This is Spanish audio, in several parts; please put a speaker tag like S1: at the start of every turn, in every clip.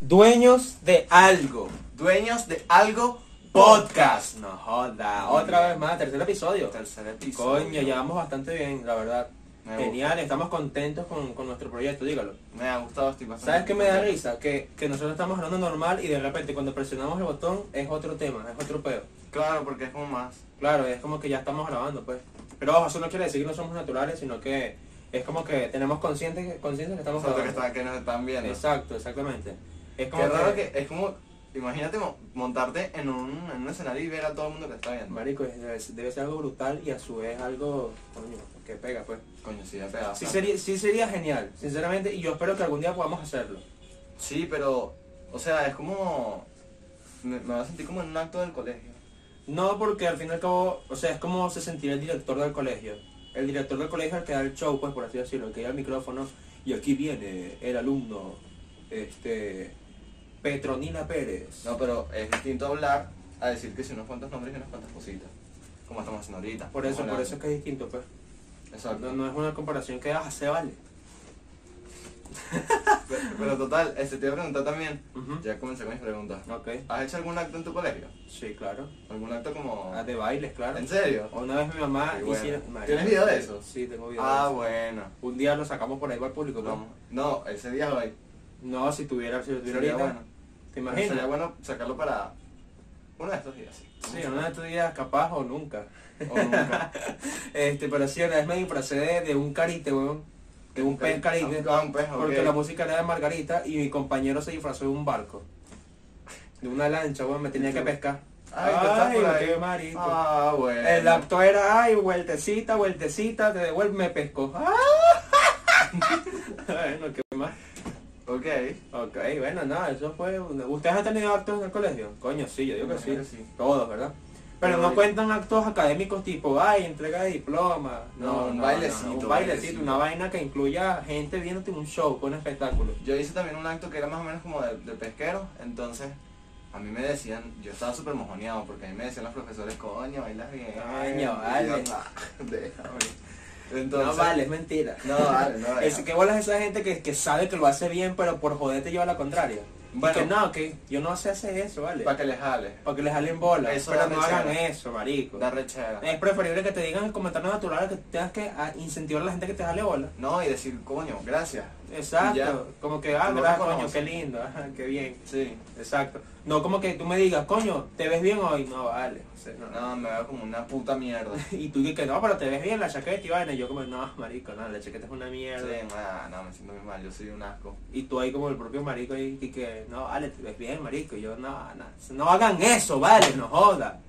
S1: Dueños de algo.
S2: Dueños de algo podcast. No joda.
S1: Otra vez más, tercer episodio.
S2: Tercer episodio.
S1: Coño, llevamos bastante bien, la verdad.
S2: Me
S1: Genial, estamos contentos con, con nuestro proyecto, dígalo.
S2: Me ha gustado, estoy bastante.
S1: ¿Sabes qué me da
S2: contento.
S1: risa? Que, que nosotros estamos hablando normal y de repente cuando presionamos el botón es otro tema, es otro pedo.
S2: Claro, porque es como más.
S1: Claro, es como que ya estamos grabando, pues. Pero ojo, eso no quiere decir que no somos naturales, sino que es como que tenemos consciente, conciencia que estamos
S2: Exacto, que,
S1: grabando.
S2: está- que nos están viendo.
S1: Exacto, exactamente. Es como
S2: Qué raro que es como. Imagínate mo- montarte en un, en un escenario y ver a todo el mundo que está viendo.
S1: Marico, es- es- debe ser algo brutal y a su vez algo, coño, que pega, pues.
S2: Coño, sí, da pedazo.
S1: Sí sería, sí sería genial, sinceramente, y yo espero que algún día podamos hacerlo.
S2: Sí, pero. O sea, es como. Me, me voy a sentir como en un acto del colegio.
S1: No, porque al fin y al cabo, o sea, es como se sentirá el director del colegio. El director del colegio es el que da el show, pues, por así decirlo, el que da el micrófono. Y aquí viene el alumno, este, Petronila Pérez.
S2: No, pero es distinto hablar a decir que si unos cuantos nombres y unas cuantas cositas. Como estamos haciendo ahorita.
S1: por eso,
S2: Como
S1: por
S2: la-
S1: eso es que es distinto, pues.
S2: Exacto.
S1: No, no es una comparación que ah, se vale.
S2: Pero, pero total, este, te iba a preguntar también.
S1: Ujú.
S2: Ya comencé con mis preguntas.
S1: Ok,
S2: ¿Has hecho algún acto en tu colegio?
S1: sí, claro.
S2: ¿Algún acto como.?
S1: Ah, de bailes, claro.
S2: ¿En serio?
S1: Una vez mi mamá
S2: Qué bueno.
S1: hicieron-
S2: ¿Tienes video de eso?
S1: Sí, tengo video de
S2: Ah,
S1: eso.
S2: bueno.
S1: Un día lo sacamos por ahí para el público, ¿no?
S2: Vamos. No, ese día es hoy.
S1: No, si tuviera, si lo tuviera
S2: Sería
S1: ahorita,
S2: bueno.
S1: ¿Te imaginas?
S2: Sería bueno sacarlo para uno de estos días. Sí,
S1: Sí, en una de tus días capaz o nunca.
S2: O nunca.
S1: Este, pero sí, una vez me disfracé de, de un carite, weón. De un pez carite.
S2: Ah, un pez, ok.
S1: Porque la música era de Margarita y mi compañero se disfrazó de un barco. De una lancha, weón, me tenía que pescar.
S2: Ay, tú estás por ahí.
S1: qué marico.
S2: Ah, bueno.
S1: El acto era, ay, vueltecita, vueltecita, te devuelve, me pescó. Ah. bueno, qué más.
S2: Ok.
S1: Ok, bueno, nada, eso fue... un- ¿Ustedes han tenido actos en el colegio? Coño, sí, yo digo que sí.
S2: Imagino que sí.
S1: Todos, ¿verdad? Pero no
S2: Pero-
S1: cuentan actos académicos tipo, ay, entrega de diploma.
S2: No,
S1: No,
S2: un
S1: no,
S2: bailecito,
S1: no, un
S2: bailecito.
S1: bailecito, una vaina que incluya gente viéndote un show, un espectáculo.
S2: Yo hice también un acto que era más o menos como de, de pesquero, entonces a mí me decían, yo estaba súper mojoneado porque a mí me decían los profesores, coño, bailas bien.
S1: Coño,
S2: Y yo,
S1: vale.
S2: "No, déjame. Entonces,
S1: no vale, es mentira.
S2: No vale, no vale.
S1: Es que bolas esa gente que, que sabe que lo hace bien, pero por joderte lleva la contraria. Y
S2: Bueno.
S1: que no, que yo no sé hacer eso, ¿vale?
S2: Para que les jale.
S1: Para que les jalen bola.
S2: Eso
S1: pero
S2: da
S1: no hagan
S2: rechera.
S1: eso, marico.
S2: Da rechera.
S1: Es preferible que te digan en comentarios naturales que tengas que ah, incentivar a la gente que te jale bola.
S2: No, y decir, coño, gracias.
S1: Exacto,
S2: Y ya.
S1: como que, ah,
S2: Tú lo
S1: verdad,
S2: reconoces.
S1: coño, qué lindo, ajá, qué bien.
S2: Sí.
S1: Exacto. No como que tú me digas, coño, ¿te ves bien hoy? No, vale. o sea, no.
S2: No, me veo como una puta mierda.
S1: Y tú dices que no, pero te ves bien la chaqueta y vaina. Y yo como, no, marico, no, la chaqueta es una
S2: Sí,
S1: mierda.
S2: nah, no, me siento muy mal, yo soy un asco.
S1: Y tú ahí como el propio marico ahí, y que, no, vale, te ves bien, marico. Y yo, no, no, no hagan eso, vale, no joda.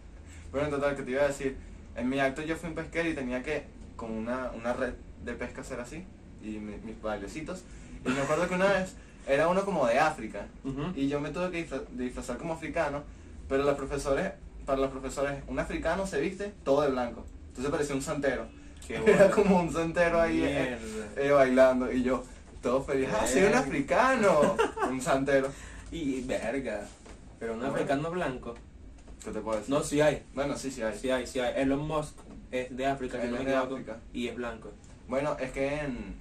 S2: Bueno, en total, que te iba a decir, en mi acto yo fui un pesquero y tenía que, con una, una red de pesca hacer así, y mi- mis bailecitos. Y me acuerdo que una vez era uno como de África,
S1: Ujú.
S2: y yo me tuve que disfra- disfrazar como africano, pero los profesores, para los profesores, un africano se viste todo de blanco. Entonces parecía un santero.
S1: Qué
S2: era
S1: bola.
S2: como un santero ahí eh,
S1: Mierda.
S2: eh, bailando, y yo, todo feliz, ah, soy un africano, un santero.
S1: Y verga. Pero un
S2: Ah, bueno.
S1: africano blanco.
S2: ¿Qué te puedo decir?
S1: No, sí hay.
S2: Bueno, sí, sí hay.
S1: Sí hay, sí hay. Elon Musk es de África, si
S2: Él
S1: no
S2: es
S1: me
S2: de
S1: equivoco,
S2: África.
S1: Y es blanco.
S2: Bueno, es que en,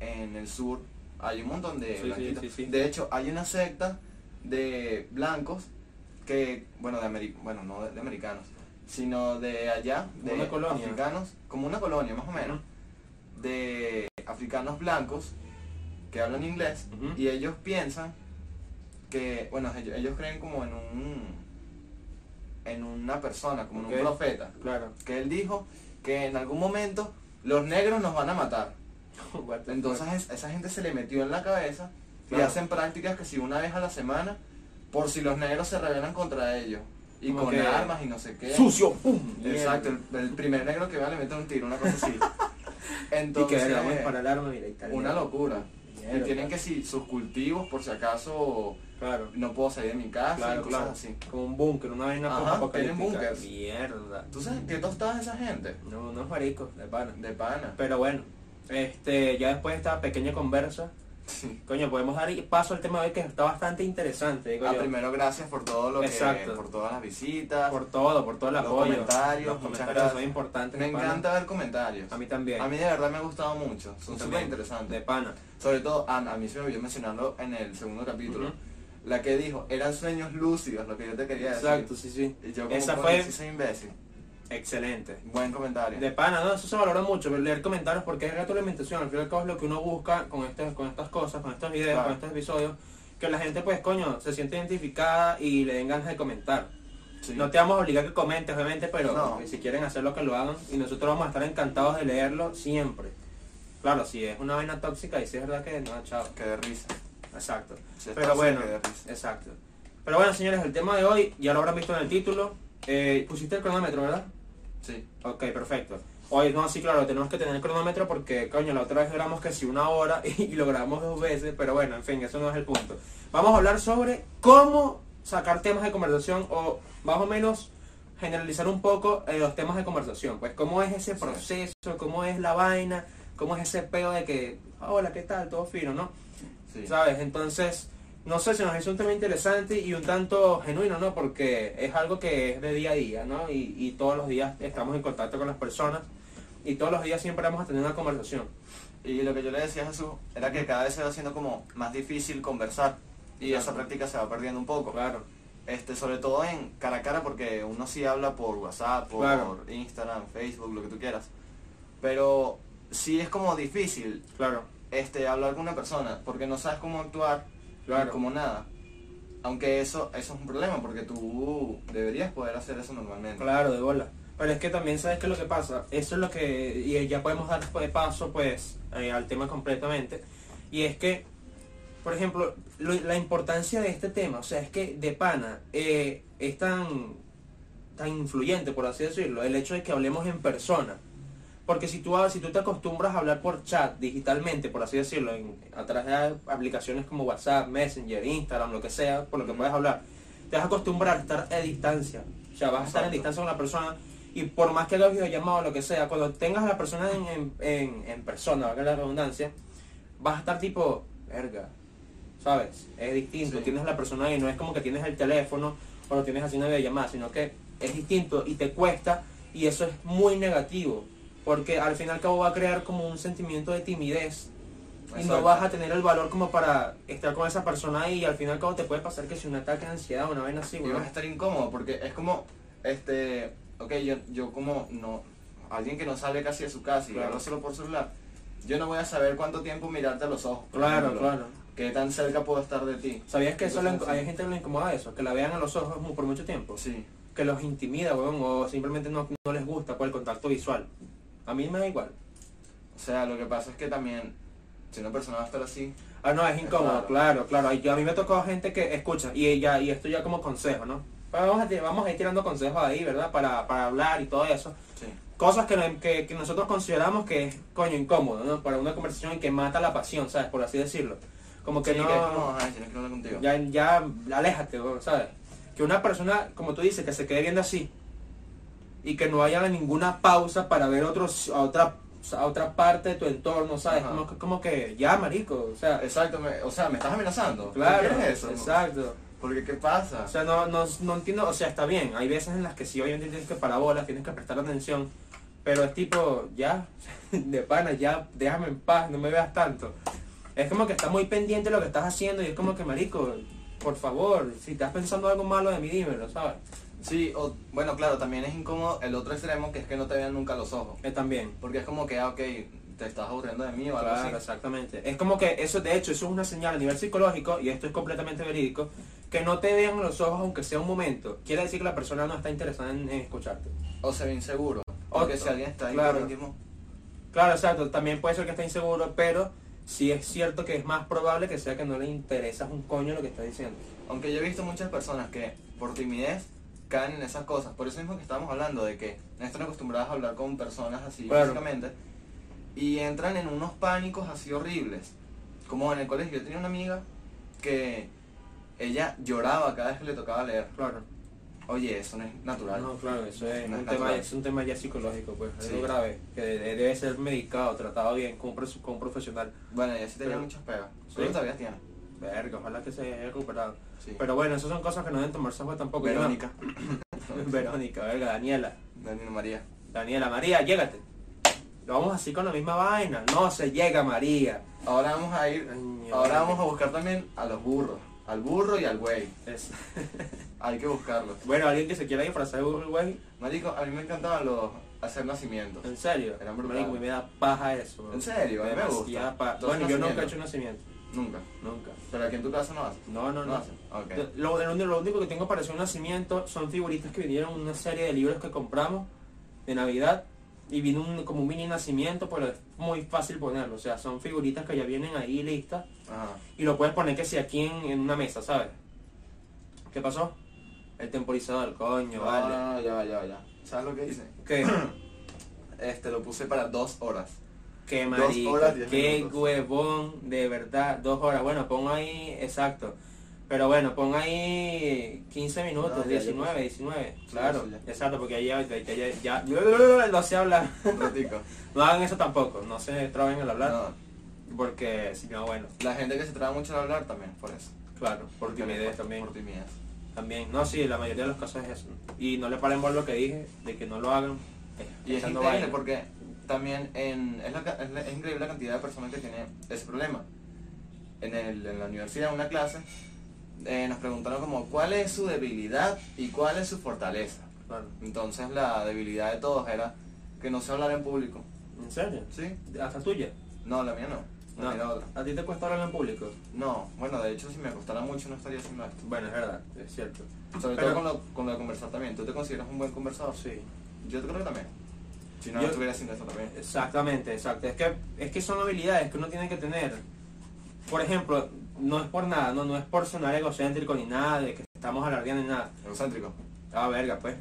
S2: en el sur hay un montón de
S1: Sí, sí,
S2: blanquitos.
S1: sí, sí.
S2: De hecho, hay una secta de blancos que, bueno, de ameri- bueno, no de, de americanos, sino de allá,
S1: Como
S2: de
S1: una colonia.
S2: africanos, como una colonia más o menos, de africanos blancos que hablan inglés
S1: Ujú.
S2: y ellos piensan que, bueno, ellos, ellos creen como en un en una persona, como en
S1: Ok.
S2: un profeta,
S1: Claro.
S2: que él dijo que en algún momento los negros nos van a matar.
S1: What the fuck.
S2: Entonces es- esa gente se le metió en la cabeza y
S1: Claro.
S2: hacen prácticas que si una vez a la semana, por si los negros se rebelan contra ellos. Y
S1: Como
S2: con
S1: que-
S2: armas y no sé qué.
S1: sucio, pum.
S2: Exacto, el, el primer negro que vea le mete un tiro, una cosa así.
S1: y que
S2: Entonces, eh,
S1: vamos para el arma, mira, ahí está el
S2: una
S1: dedo.
S2: locura. Y
S1: Mierda.
S2: tienen que si sus cultivos, por si acaso
S1: Claro,
S2: no puedo salir de mi casa, y
S1: claro,
S2: cosas
S1: claro.
S2: así.
S1: Como un búnker, una vaina
S2: Ajá,
S1: poco apocalíptica.
S2: tienen búnkers.
S1: Mierda.
S2: ¿Tú sabes qué tostadas esa gente?
S1: No, no es marico, de pana.
S2: De pana.
S1: Pero bueno, este, ya después de esta pequeña conversa,
S2: Sí.
S1: coño, podemos dar paso al tema de hoy que está bastante interesante, digo
S2: Ah,
S1: yo.
S2: primero gracias por todo lo que,
S1: Exacto.
S2: por todas las visitas.
S1: Por todo, por todo el
S2: Los
S1: apoyo.
S2: comentarios,
S1: los
S2: muchas
S1: comentarios
S2: gracias.
S1: son importantes.
S2: Me
S1: de pana.
S2: encanta ver comentarios.
S1: A mí también.
S2: A mí de verdad me ha gustado mucho, son
S1: También,
S2: súper
S1: De
S2: interesantes.
S1: pana.
S2: Sobre todo, a, a mí se me olvidó mencionarlo en el segundo capítulo.
S1: Ujú.
S2: la que dijo, eran sueños lúcidos, lo que yo te quería decir.
S1: Exacto, sí, sí.
S2: Y yo como,
S1: Esa
S2: "Coño,
S1: fue
S2: sí soy imbécil.
S1: excelente.
S2: Buen comentario.
S1: De pana, ¿no? Eso se valora mucho, leer comentarios porque es grato la alimentación. Al final y al cabo es lo que uno busca con, este- con estas cosas, con estos videos,
S2: Claro.
S1: con estos episodios. Que la gente, pues, coño, se siente identificada y le den ganas de comentar.
S2: Sí.
S1: No te vamos a obligar a que comentes, obviamente, pero
S2: No.
S1: si quieren hacerlo, que lo hagan. Y nosotros vamos a estar encantados de leerlo siempre. Claro, si es una vaina tóxica y si es verdad que no, chao.
S2: Que de risa.
S1: Exacto.
S2: Si es
S1: Pero
S2: fácil,
S1: bueno,
S2: que de risa.
S1: exacto. Pero bueno, señores, el tema de hoy, ya lo habrán visto en el título. Eh, pusiste el cronómetro, ¿verdad?
S2: Sí.
S1: Ok, perfecto. Hoy, no, sí, claro, tenemos que tener el cronómetro porque, coño, la otra vez grabamos que si una hora y, lo grabamos dos veces, pero bueno, en fin, eso no es el punto. Vamos a hablar sobre cómo sacar temas de conversación o más o menos generalizar un poco eh, los temas de conversación. Pues cómo es ese
S2: Sí.
S1: proceso, cómo es la vaina, cómo es ese peo de que, "Ah, hola, ¿qué tal? Todo fino, ¿no?
S2: Sí.
S1: ¿Sabes? Entonces, no sé, se nos hizo un tema interesante y un tanto genuino, ¿no? Porque es algo que es de día a día, ¿no? Y, y todos los días estamos en contacto con las personas y todos los días siempre vamos a tener una conversación.
S2: Y lo que yo le decía a Jesús era que cada vez se va haciendo como más difícil conversar y
S1: Claro.
S2: esa práctica se va perdiendo un poco.
S1: Claro.
S2: Este, sobre todo en cara a cara porque uno sí habla por WhatsApp, por
S1: Claro.
S2: Instagram, Facebook, lo que tú quieras. Pero sí es como difícil
S1: Claro.
S2: este hablar con una persona porque no sabes cómo actuar,
S1: Claro.
S2: como nada. Aunque eso eso es un problema porque tú deberías poder hacer eso normalmente.
S1: Claro, de bola. Pero es que también sabes que lo que pasa, eso es lo que, y ya podemos dar pues, paso pues eh, al tema completamente, y es que, por ejemplo, lo- la importancia de este tema, o sea, es que de pana eh, es tan, tan influyente, por así decirlo, el hecho de que hablemos en persona. Porque si tú, si tú te acostumbras a hablar por chat digitalmente, por así decirlo, en- a través de aplicaciones como WhatsApp, Messenger, Instagram, lo que sea, por lo que puedes hablar, te vas a acostumbrar a estar a distancia. O sea, vas a estar en
S2: Exacto.
S1: distancia con la persona y por más que hagas videollamado o lo que sea, cuando tengas a la persona en, en, en, en persona, valga la redundancia, vas a estar tipo, verga, ¿sabes? Es distinto,
S2: Sí.
S1: tienes a la persona ahí, no es como que tienes el teléfono o lo tienes así una videollamada, sino que es distinto y te cuesta y eso es muy negativo, porque al fin y al cabo va a crear como un sentimiento de timidez y no
S2: Exacto.
S1: vas a tener el valor como para estar con esa persona ahí y al fin y al cabo te puede pasar que si un ataque de ansiedad o una vaina así,
S2: Y vas a
S1: weón.
S2: estar incómodo porque es como, este, ok, yo, yo como no, alguien que no sale casi de su casa y
S1: Claro.
S2: habla solo por celular, yo no voy a saber cuánto tiempo mirarte a los ojos. por
S1: Claro,
S2: ejemplo.
S1: claro.
S2: Qué tan cerca puedo estar de ti.
S1: ¿Sabías que eso le-
S2: Entonces,
S1: hay
S2: sí.
S1: gente que le incomoda eso? Que la vean a los ojos mu- por mucho tiempo.
S2: Pues Sí,
S1: que los intimida, weón, o simplemente no, no les gusta por el contacto visual. A mí me da igual.
S2: o sea, lo que pasa es que también, si una persona va a estar así,
S1: Ah, no, es incómodo,
S2: Claro.
S1: claro, claro. Ay, yo- a mí me tocó gente que escucha, y, ya, y esto ya como consejo, ¿no? Pero vamos, a, ti- vamos a ir tirando consejos ahí, ¿verdad? Para, para hablar y todo eso.
S2: sí,
S1: Cosas que, no- que, que nosotros consideramos que es, coño, incómodo, ¿no? Para una conversación y que mata la pasión, ¿sabes? Por así decirlo. Como que
S2: Sí,
S1: no...
S2: que es como, ay, tienes que hablar contigo.
S1: Ya, ya, aléjate, weón, ¿sabes? Que una persona, como tú dices, que se quede viendo así y que no haya ninguna pausa para ver otros, a otra, a otra parte de tu entorno, ¿sabes?
S2: Ajá.
S1: Como, que- como que ya, marico, o sea,
S2: Exacto, me- o sea, me estás amenazando. ¿Por
S1: claro,
S2: ¿Qué es eso?
S1: exacto.
S2: Porque qué pasa?
S1: O sea, no, no, no entiendo, o sea, está bien, hay veces en las que sí, obviamente tienes que parar bolas, tienes que prestar atención, pero es tipo, ya, de pana, ya, déjame en paz, no me veas tanto. Es como que estás muy pendiente de lo que estás haciendo y es como que, marico, por favor, si estás pensando algo malo de mí, dímelo, ¿sabes?
S2: sí, o, bueno, claro, también es incómodo el otro extremo que es que no te vean nunca los ojos.
S1: Yo Eh, también.
S2: Porque es como que, ah, ok, te estás aburriendo de mí o algo
S1: Claro,
S2: así.
S1: exactamente. Es como que eso, de hecho, eso es una señal a nivel psicológico, y esto es completamente verídico, que no te vean los ojos aunque sea un momento. Quiere decir que la persona no está interesada en- en escucharte.
S2: O se ve inseguro. Porque
S1: Otro,
S2: si alguien está ahí
S1: claro.
S2: por último,
S1: Claro, exacto. También puede ser que esté inseguro, pero sí es cierto que es más probable que sea que no le interesas un coño lo que está diciendo.
S2: Aunque yo he visto muchas personas que por timidez caen en esas cosas. Por eso mismo que estamos hablando de que no están acostumbradas a hablar con personas así
S1: Claro.
S2: físicamente. Y entran en unos pánicos así horribles. Como en el colegio. Yo tenía una amiga que ella lloraba cada vez que le tocaba leer.
S1: Claro.
S2: Oye, eso no es natural.
S1: No, claro, eso es
S2: No es
S1: un, tema,
S2: natural.
S1: es un tema ya psicológico, pues, es
S2: Sí.
S1: algo grave, que de- de- debe ser medicado, tratado bien, con un, pres- con un profesional.
S2: Bueno, ella sí tenía
S1: Pero-
S2: muchas pegas.
S1: ¿Sí?
S2: Pero todavía tiene.
S1: Verga, ojalá que se haya recuperado.
S2: Sí.
S1: Pero bueno, esas son cosas que no deben tomarse pues tampoco. yo no-
S2: Verónica.
S1: Verónica, verga, Daniela.
S2: Daniel María.
S1: Daniela, María, llégate. Lo vamos así con la misma vaina. No se llega, María.
S2: Ahora vamos a ir,
S1: Coño.
S2: ahora vamos a buscar también a los burros, a Al burro y al güey. Eso. Hay que buscarlos.
S1: Bueno, alguien que se quiera disfrazar de burro, güey,
S2: Marico, a mí me encantaban los hacer nacimientos.
S1: en serio.
S2: Eran brutales.
S1: Marico, a mí me da paja eso. bro.
S2: ¿En serio? A mí me gusta.
S1: Demasiada paja.
S2: Entonces,
S1: Bueno, yo nunca he
S2: nacimiento.
S1: hecho un nacimiento.
S2: Nunca.
S1: Nunca.
S2: Pero aquí en tu casa no haces.
S1: No, no,
S2: No
S1: no.
S2: hacen. Ok.
S1: Lo, lo único- lo único que tengo para hacer un nacimiento son figuritas que vinieron en una serie de libros que compramos de Navidad y vino un- como un mini nacimiento, pero es muy fácil ponerlo. O sea, son figuritas que ya vienen ahí listas
S2: Ajá.
S1: y lo puedes poner que sea aquí en, en una mesa, ¿sabes? ¿Qué pasó? El temporizador, coño, vale.
S2: Ah, ya, ya, ya. ¿Sabes lo que hice?
S1: ¿Qué?
S2: Este, lo puse para dos horas.
S1: Qué
S2: Dos
S1: marico,
S2: horas, diez
S1: qué
S2: minutos.
S1: huevón, de verdad, dos horas. Bueno, pon ahí, exacto. Pero bueno, pon ahí 15 minutos,
S2: No, ya, ya
S1: 19,
S2: puse.
S1: 19.
S2: Sí,
S1: Claro,
S2: sí, ya.
S1: exacto, porque ahí ya, ya, ya, ya- no sé hablar.
S2: Un ratico.
S1: No hagan eso tampoco, no se traben al hablar,
S2: No,
S1: porque si no, bueno,
S2: la gente que se traba mucho al hablar también, por eso.
S1: claro, por timidez también.
S2: pues, Por timidez.
S1: También, no, sí, la mayoría de los casos es eso. Y no le paren por lo que dije, de que no lo hagan. eh,
S2: Y es
S1: echando
S2: increíble
S1: vaina.
S2: porque también en, es, la ca- es la- es increíble la cantidad de personas que tienen ese problema. En, el- en la universidad, en una clase, eh, nos preguntaron como cuál es su debilidad y cuál es su fortaleza.
S1: Claro.
S2: Entonces la debilidad de todos era que no sé hablar en público.
S1: ¿En serio?
S2: ¿Sí?
S1: ¿Hasta tuya?
S2: No, la mía no. La mía era otra.
S1: ¿A ti te cuesta hablar en público?
S2: No, bueno, de hecho si me costara mucho no estaría haciendo esto.
S1: Bueno, es verdad, es cierto.
S2: Sobre
S1: Pero-
S2: todo con lo, con lo de conversar también. ¿Tú te consideras un buen conversador?
S1: Sí.
S2: Yo creo que también. Si no,
S1: Yo-
S2: estuviera haciendo eso también.
S1: Exactamente, exacto. Es que, es que son habilidades que uno tiene que tener. Por ejemplo, no es por nada, no, no es por sonar egocéntrico ni nada, de que estamos alardeando ni nada.
S2: Egocéntrico.
S1: Ah, verga, pues.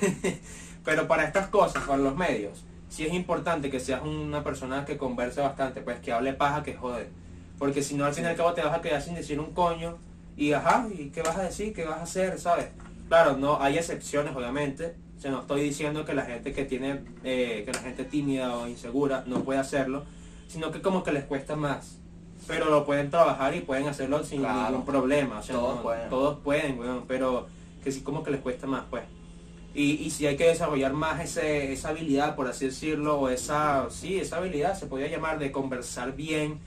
S1: Pero para estas cosas, para los medios, sí es importante que seas una persona que converse bastante, pues que hable paja, que jode. Porque si no, al fin y al cabo te vas a quedar sin decir un coño y ajá, ¿y qué vas a decir? ¿Qué vas a hacer? ¿Sabes? Claro, no, hay excepciones, obviamente. Se no estoy diciendo que la gente que tiene, eh, que la gente tímida o insegura no puede hacerlo, sino que como que les cuesta más. Pero lo pueden trabajar y pueden hacerlo sin
S2: Claro.
S1: ningún problema. o sea,
S2: Todos
S1: no-
S2: pueden.
S1: Todos pueden, weón, pero que sí como que les cuesta más, pues. Y, y si hay que desarrollar más ese, esa habilidad, por así decirlo, o esa, sí, esa habilidad se podría llamar de conversar bien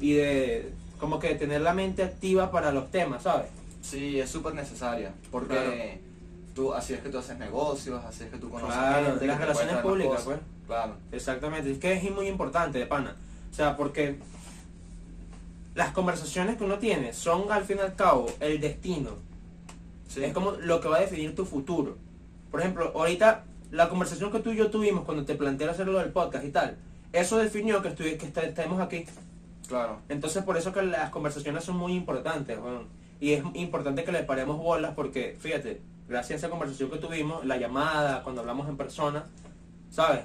S1: y de como que tener la mente activa para los temas, ¿sabes?
S2: Sí, es súper necesaria. Porque
S1: Claro.
S2: tú, así es que tú haces negocios, así es que tú conoces
S1: Claro,
S2: gente, que
S1: las
S2: te puede
S1: relaciones
S2: traer más
S1: públicas,
S2: cosas.
S1: pues.
S2: Claro.
S1: Exactamente, es que es muy importante, de pana. O sea, porque las conversaciones que uno tiene son al fin y al cabo el destino.
S2: Sí.
S1: Es como lo que va a definir tu futuro. Por ejemplo, ahorita la conversación que tú y yo tuvimos cuando te planteé hacerlo del podcast y tal, eso definió que, estuvi- que est- estemos aquí.
S2: Claro.
S1: Entonces por eso que las conversaciones son muy importantes, weón. Y es importante que le paremos bolas porque, fíjate, gracias a esa conversación que tuvimos, la llamada, cuando hablamos en persona, ¿sabes?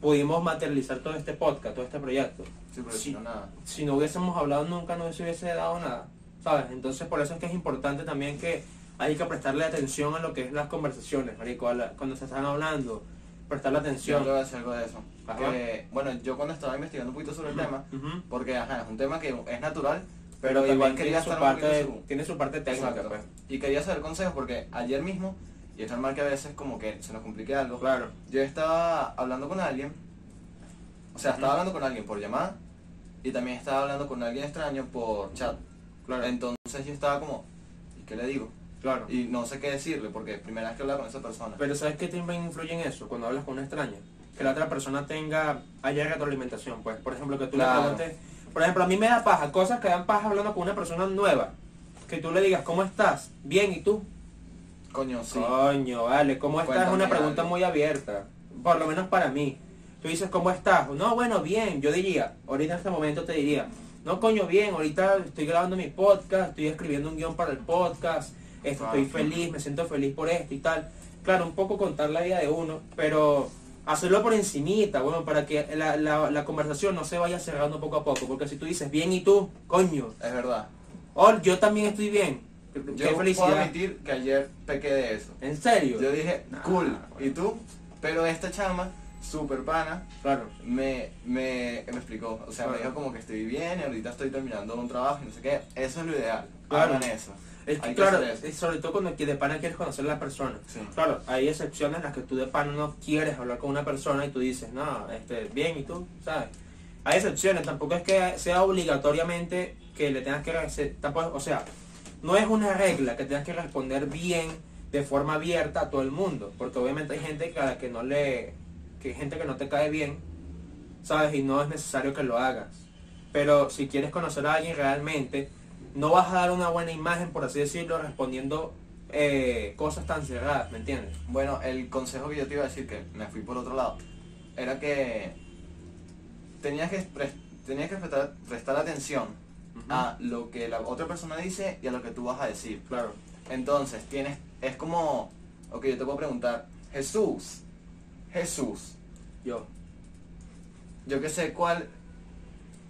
S1: Pudimos materializar todo este podcast, todo este proyecto.
S2: Sí, pero
S1: Sí.
S2: si no nada.
S1: Si no hubiésemos hablado nunca, no se hubiese dado nada, ¿sabes? Entonces por eso es que es importante también que hay que prestarle atención a lo que es las conversaciones, marico, a la- cuando se están hablando, prestarle
S2: Yo te voy
S1: atención.
S2: a decir algo de eso.
S1: Ajá.
S2: Que, bueno, yo cuando estaba investigando un poquito sobre el tema,
S1: Ujú.
S2: porque ajá, es un tema que es natural,
S1: Pero,
S2: pero, igual
S1: también tiene
S2: quería estar
S1: su,
S2: un poquito
S1: parte,
S2: seguro.
S1: tiene su parte técnica,
S2: Exacto.
S1: pues.
S2: Y quería saber consejos porque ayer mismo, y es normal que a veces como que se nos complique algo,
S1: Claro.
S2: yo estaba hablando con alguien, o sea, estaba hablando con alguien por llamada y también estaba hablando con alguien extraño por chat.
S1: Claro.
S2: Entonces yo estaba como, ¿y qué le digo?
S1: Claro.
S2: Y no sé qué decirle porque es primera vez que hablaba con esa persona.
S1: Pero ¿sabes qué también influye en eso? Cuando hablas con una extraña. Que la otra persona tenga, haya retroalimentación. Pues, por ejemplo, que tú
S2: Claro.
S1: le preguntes... Por ejemplo, a mí me da paja, cosas que dan paja hablando con una persona nueva. Que tú le digas, ¿cómo estás? Bien, ¿y tú?
S2: Coño, sí.
S1: Coño, vale, ¿cómo estás? Es una
S2: Cuéntame
S1: pregunta
S2: algo.
S1: muy abierta. Por lo menos para mí. Tú dices, ¿cómo estás? No, bueno, bien. Yo diría, ahorita en este momento te diría, no, coño, bien. Ahorita estoy grabando mi podcast, estoy escribiendo un guión para el podcast. esto,
S2: Claro.
S1: Estoy feliz, me siento feliz por esto y tal. Claro, un poco contar la vida de uno, pero hacerlo por encimita, bueno, para que la, la- la conversación no se vaya cerrando poco a poco. Porque si tú dices, bien, ¿y tú? Coño.
S2: Es verdad.
S1: Oh, yo también estoy bien.
S2: Yo
S1: Qué
S2: puedo
S1: felicidad.
S2: admitir que ayer pequé de eso.
S1: ¿En serio?
S2: Yo dije,
S1: Nah,
S2: cool,
S1: bueno.
S2: ¿y tú? Pero esta chama, super pana,
S1: Claro.
S2: me, me, me explicó. O sea, me
S1: Claro.
S2: dijo como que estoy bien y ahorita estoy terminando un trabajo y no sé qué. Eso es lo ideal.
S1: Claro.
S2: Hagan eso.
S1: Es que,
S2: Hay que
S1: claro,
S2: hacer eso.
S1: es sobre todo cuando que de pana quieres conocer a la persona.
S2: Sí.
S1: Claro, hay excepciones en las que tú de pana no quieres hablar con una persona y tú dices, no, este, bien, ¿y tú? ¿Sabes? Hay excepciones, tampoco es que sea obligatoriamente que le tengas que... hacer- tampoco- o sea, no es una regla que tengas que responder bien, de forma abierta a todo el mundo. Porque obviamente hay gente que a la que no le. que hay gente que no te cae bien, ¿sabes? Y no es necesario que lo hagas. Pero si quieres conocer a alguien realmente, no vas a dar una buena imagen, por así decirlo, respondiendo eh, cosas tan cerradas, ¿me entiendes?
S2: Bueno, el consejo que yo te iba a decir, que me fui por otro lado, era que tenías que, pres- tenías que prestar, prestar atención
S1: Ah,
S2: a lo que la otra persona dice y a lo que tú vas a decir.
S1: Claro.
S2: Entonces, tienes, es como, ok, yo te puedo preguntar, Jesús, Jesús,
S1: Yo.
S2: yo que sé cuál,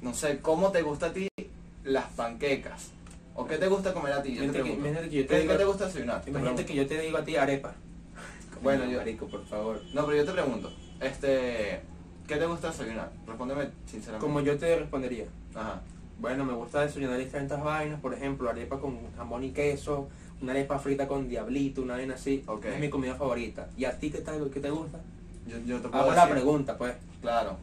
S2: no sé, cómo te gusta a ti las panquecas, o qué te gusta comer a ti, yo te
S1: Imagínate que,
S2: pregunto.
S1: imagínate que yo te
S2: ¿Qué,
S1: digo,
S2: qué te gusta desayunar? Te
S1: imagínate
S2: pregunto.
S1: que yo te digo a ti arepa.
S2: Bueno,
S1: No,
S2: yo-
S1: Marico, por favor.
S2: No, pero yo te pregunto, este, ¿qué te gusta desayunar? Respóndeme sinceramente.
S1: Como yo te respondería.
S2: Ajá.
S1: Bueno, me gusta desayunar distintas vainas, por ejemplo, arepa con jamón y queso, una arepa frita con diablito, una vaina así.
S2: Ok.
S1: Es mi comida favorita. ¿Y a ti qué tal, qué te gusta?
S2: Yo, yo te puedo
S1: Hago la
S2: decir-
S1: pregunta, pues.
S2: Claro.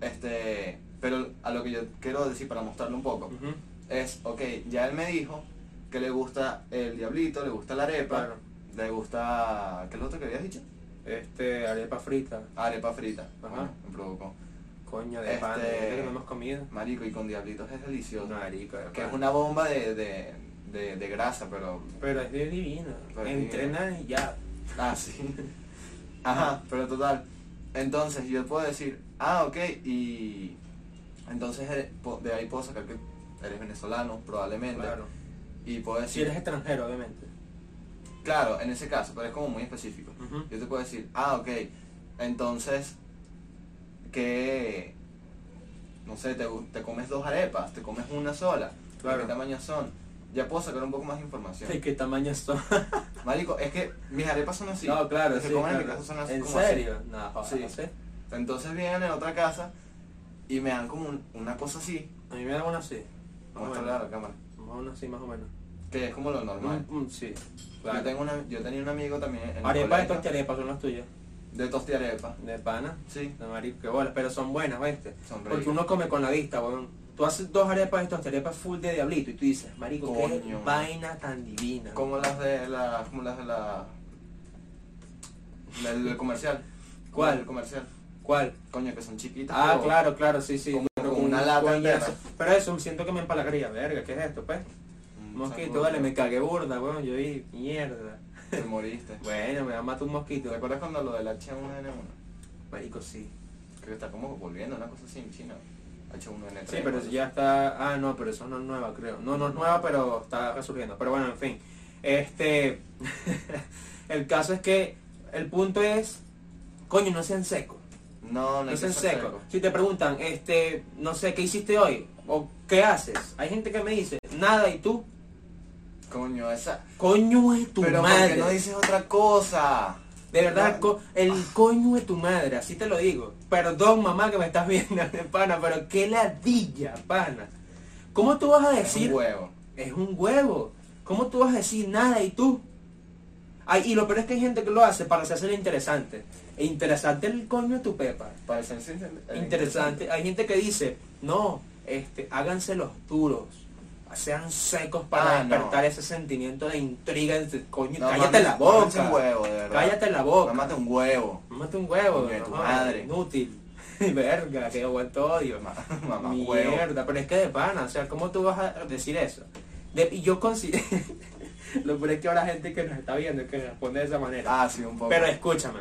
S2: Este, pero a lo que yo quiero decir para mostrarlo un poco
S1: Ujú.
S2: es, ok, ya él me dijo que le gusta el diablito, le gusta la arepa,
S1: Claro.
S2: le gusta, ¿qué es lo otro que habías dicho?
S1: Este, arepa frita,
S2: Arepa frita.
S1: Ajá.
S2: Bueno, me provocó.
S1: coño de
S2: Este-
S1: pan, ¿qué que no hemos comido?
S2: Marico y con diablitos es delicioso.
S1: Marico, de
S2: que
S1: pana.
S2: es una bomba de, de, de, de grasa, pero
S1: Pero es divina.
S2: Pero es
S1: Entrena y ya.
S2: Ah, sí. Ajá, pero total. Entonces yo puedo decir, ah, ok, y entonces eh, po- de ahí puedo sacar que eres venezolano, probablemente.
S1: Claro.
S2: Y puedo
S1: Si
S2: decir,
S1: eres extranjero, obviamente.
S2: claro, en ese caso, pero es como muy específico.
S1: Ujú.
S2: Yo te puedo decir, ah, ok, entonces, que, no sé, te, gu- te comes dos arepas, te comes una sola, ¿de
S1: Claro.
S2: ¿qué tamaño son? Ya puedo sacar un poco más de información.
S1: Ay, ¿Qué tamaño son?
S2: Marico, es que mis arepas son así.
S1: no, claro,
S2: Las que
S1: sí,
S2: comen en mi
S1: claro.
S2: casa son así,
S1: ¿En
S2: como así.
S1: serio? No, joder,
S2: Sí.
S1: no sé.
S2: Entonces vienen en otra casa y me dan como un- una cosa así.
S1: A mí me da una así. Más o menos.
S2: Muéstrala a la cámara.
S1: Más una así, más o menos.
S2: Que es como lo normal.
S1: Mm, mm, sí.
S2: Yo, tengo una- yo tenía un amigo también en el
S1: Arepas de
S2: colegio,
S1: tostiarepas son las tuyas.
S2: De tostiarepa.
S1: De pana.
S2: Sí,
S1: De marico, qué bolas. Pero son buenas, ¿viste?
S2: son
S1: Porque uno come con la vista, weón. Tú haces dos arepas de tostiarepas full de diablito y tú dices, marico, qué
S2: Coño.
S1: vaina tan divina.
S2: Como las de la... Como las de la... la- el comercial.
S1: ¿Cuál?
S2: El comercial.
S1: ¿Cuál?
S2: Coño, que son chiquitas.
S1: Ah,
S2: pero-
S1: claro, claro, sí, sí.
S2: como-
S1: pero
S2: como una lata
S1: coñazo.
S2: entera.
S1: Pero eso, siento que me empalagaría, verga, ¿qué es esto, pues?
S2: Mm,
S1: Mosquito,
S2: saco-
S1: vale, me cagué burda, weón, yo dije, mierda.
S2: Te moriste.
S1: Bueno, me va a matar un
S2: ¿Te
S1: mosquito.
S2: acuerdas cuando lo del H1N1?
S1: Marico, sí.
S2: Creo que está como volviendo, una cosa así en China. H1N3.
S1: Sí, pero
S2: algo
S1: eso ya está... Ah, no, pero eso no es nueva, creo. No, no es nueva, pero está resurgiendo. Pero bueno, en fin. Este... el caso es que el punto es... Coño, no sean secos.
S2: así. No, no
S1: No
S2: hay que
S1: sean
S2: ser
S1: secos. Si te preguntan, este, no sé, ¿qué hiciste hoy? ¿O qué haces? Hay gente que me dice, nada, ¿y tú?
S2: Coño, esa...
S1: Coño de tu
S2: pero
S1: madre.
S2: porque no dices otra cosa.
S1: De verdad,
S2: No.
S1: co- el coño de tu madre, así te lo digo. Perdón, mamá, que me estás viendo, pana, pero qué ladilla, pana. ¿Cómo tú vas a
S2: Es
S1: decir?
S2: un huevo.
S1: Es un huevo. ¿Cómo tú vas a decir nada y tú? Ay, y lo peor es que hay gente que lo hace para hacerse interesante. E interesante el coño de tu pepa.
S2: Para el sense- el- el-
S1: Interesante. Hay gente que dice, no, este, háganse los duros. Sean secos para
S2: Ah, no.
S1: despertar ese sentimiento de intriga. ese coño,
S2: No,
S1: cállate
S2: mames,
S1: la
S2: mames un
S1: boca.
S2: huevo, de verdad.
S1: Cállate la boca.
S2: Mámate un huevo.
S1: Mámate un huevo,
S2: Coño de tu
S1: jodas,
S2: madre.
S1: Inútil. Verga, que aguanto odio.
S2: Ma- Mamá huevo.
S1: Mierda, pero es que de pana, o sea, ¿cómo tú vas a decir eso? De- y yo considero. Lo peor es que habrá gente que nos está viendo que responde de esa manera.
S2: Ah, sí, un poco.
S1: pero escúchame.